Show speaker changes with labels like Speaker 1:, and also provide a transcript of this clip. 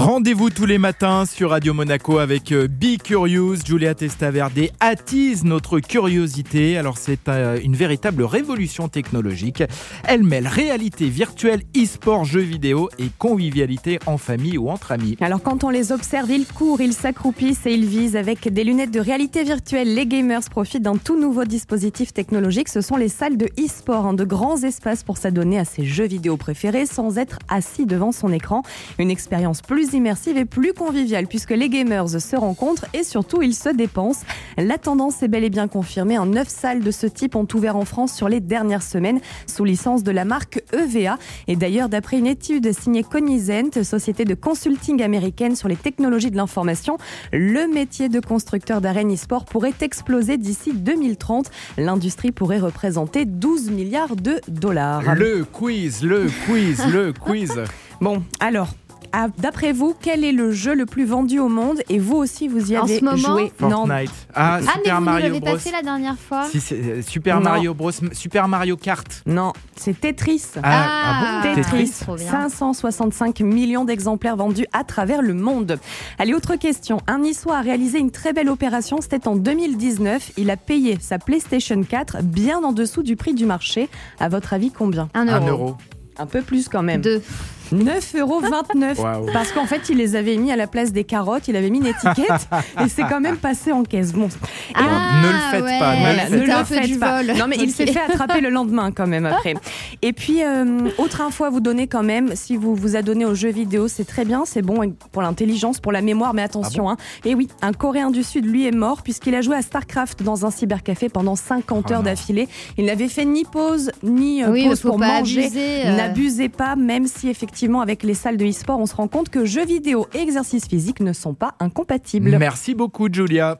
Speaker 1: Rendez-vous tous les matins sur Radio Monaco avec euh, Be Curious. Julia Testaverde attise notre curiosité. Alors c'est euh, une véritable révolution technologique. Elle mêle réalité virtuelle, e-sport, jeux vidéo et convivialité en famille ou entre amis.
Speaker 2: Alors quand on les observe, ils courent, ils s'accroupissent et ils visent avec des lunettes de réalité virtuelle. Les gamers profitent d'un tout nouveau dispositif technologique. Ce sont les salles de e-sport, hein, de grands espaces pour s'adonner à ses jeux vidéo préférés sans être assis devant son écran. Une expérience plus immersive et plus conviviale puisque les gamers se rencontrent et surtout ils se dépensent. La tendance est bel et bien confirmée. Hein. Neuf salles de ce type ont ouvert en France sur les dernières semaines sous licence de la marque EVA. Et d'ailleurs, d'après une étude signée Cognizant, société de consulting américaine sur les technologies de l'information, le métier de constructeur d'arène e-sport pourrait exploser d'ici 2030. L'industrie pourrait représenter 12 milliards de dollars.
Speaker 3: Ah.
Speaker 1: Le quiz, le quiz, le quiz.
Speaker 2: Bon, alors. ah, D'après vous, quel est le jeu le plus vendu au monde Et vous aussi, vous y
Speaker 3: En
Speaker 2: avez
Speaker 3: ce moment
Speaker 2: joué
Speaker 1: Fortnite. Ah,
Speaker 3: Ah, mais
Speaker 1: Super
Speaker 3: vous nous
Speaker 1: Mario
Speaker 3: l'avez
Speaker 1: Bros.
Speaker 3: passé la dernière fois.
Speaker 1: Si, c'est, euh, Super
Speaker 2: Non.
Speaker 1: Mario Bros. Super Mario Kart.
Speaker 2: Non, non, c'est Tetris.
Speaker 1: Ah,
Speaker 3: Ah,
Speaker 1: bon
Speaker 2: Tetris,
Speaker 3: trop bien.
Speaker 2: 565 millions d'exemplaires vendus à travers le monde. Allez, autre question. Un Niçois a réalisé une très belle opération, c'était en 2019. Il a payé sa PlayStation 4 bien en dessous du prix du marché. À votre avis, combien
Speaker 3: Un
Speaker 1: Un
Speaker 3: euro.
Speaker 1: euro.
Speaker 2: Un peu plus quand même.
Speaker 3: Deux.
Speaker 2: 9,29 euros.
Speaker 1: Waouh.
Speaker 2: Parce qu'en fait, il les avait mis à la place des carottes, il avait mis une étiquette et c'est quand même passé en caisse. Bon,
Speaker 3: Ah,
Speaker 1: ne le faites
Speaker 3: ouais,
Speaker 1: pas, ne le
Speaker 2: Voilà,
Speaker 1: faites
Speaker 2: ne
Speaker 3: c'était
Speaker 2: le
Speaker 3: un peu
Speaker 2: faites
Speaker 3: du
Speaker 2: pas.
Speaker 3: vol.
Speaker 2: Non, mais il
Speaker 3: Ok.
Speaker 2: s'est fait attraper le lendemain quand même après. Et puis, euh, autre info à vous donner quand même, si vous vous adonnez aux jeux vidéo, c'est très bien, c'est bon pour l'intelligence, pour la mémoire, mais attention.
Speaker 1: Ah
Speaker 2: hein. Et oui, un Coréen du Sud, lui, est mort puisqu'il a joué à StarCraft dans un cybercafé pendant 50
Speaker 1: Oh
Speaker 2: heures
Speaker 1: non.
Speaker 2: d'affilée. Il n'avait fait ni pause, ni euh,
Speaker 3: Oui, mais
Speaker 2: pause
Speaker 3: faut
Speaker 2: pour
Speaker 3: pas
Speaker 2: manger.
Speaker 3: abuser. euh,
Speaker 2: N'abusez pas, même si effectivement avec les salles de e-sport, on se rend compte que jeux vidéo et exercice physique ne sont pas incompatibles.
Speaker 1: Merci beaucoup, Julia.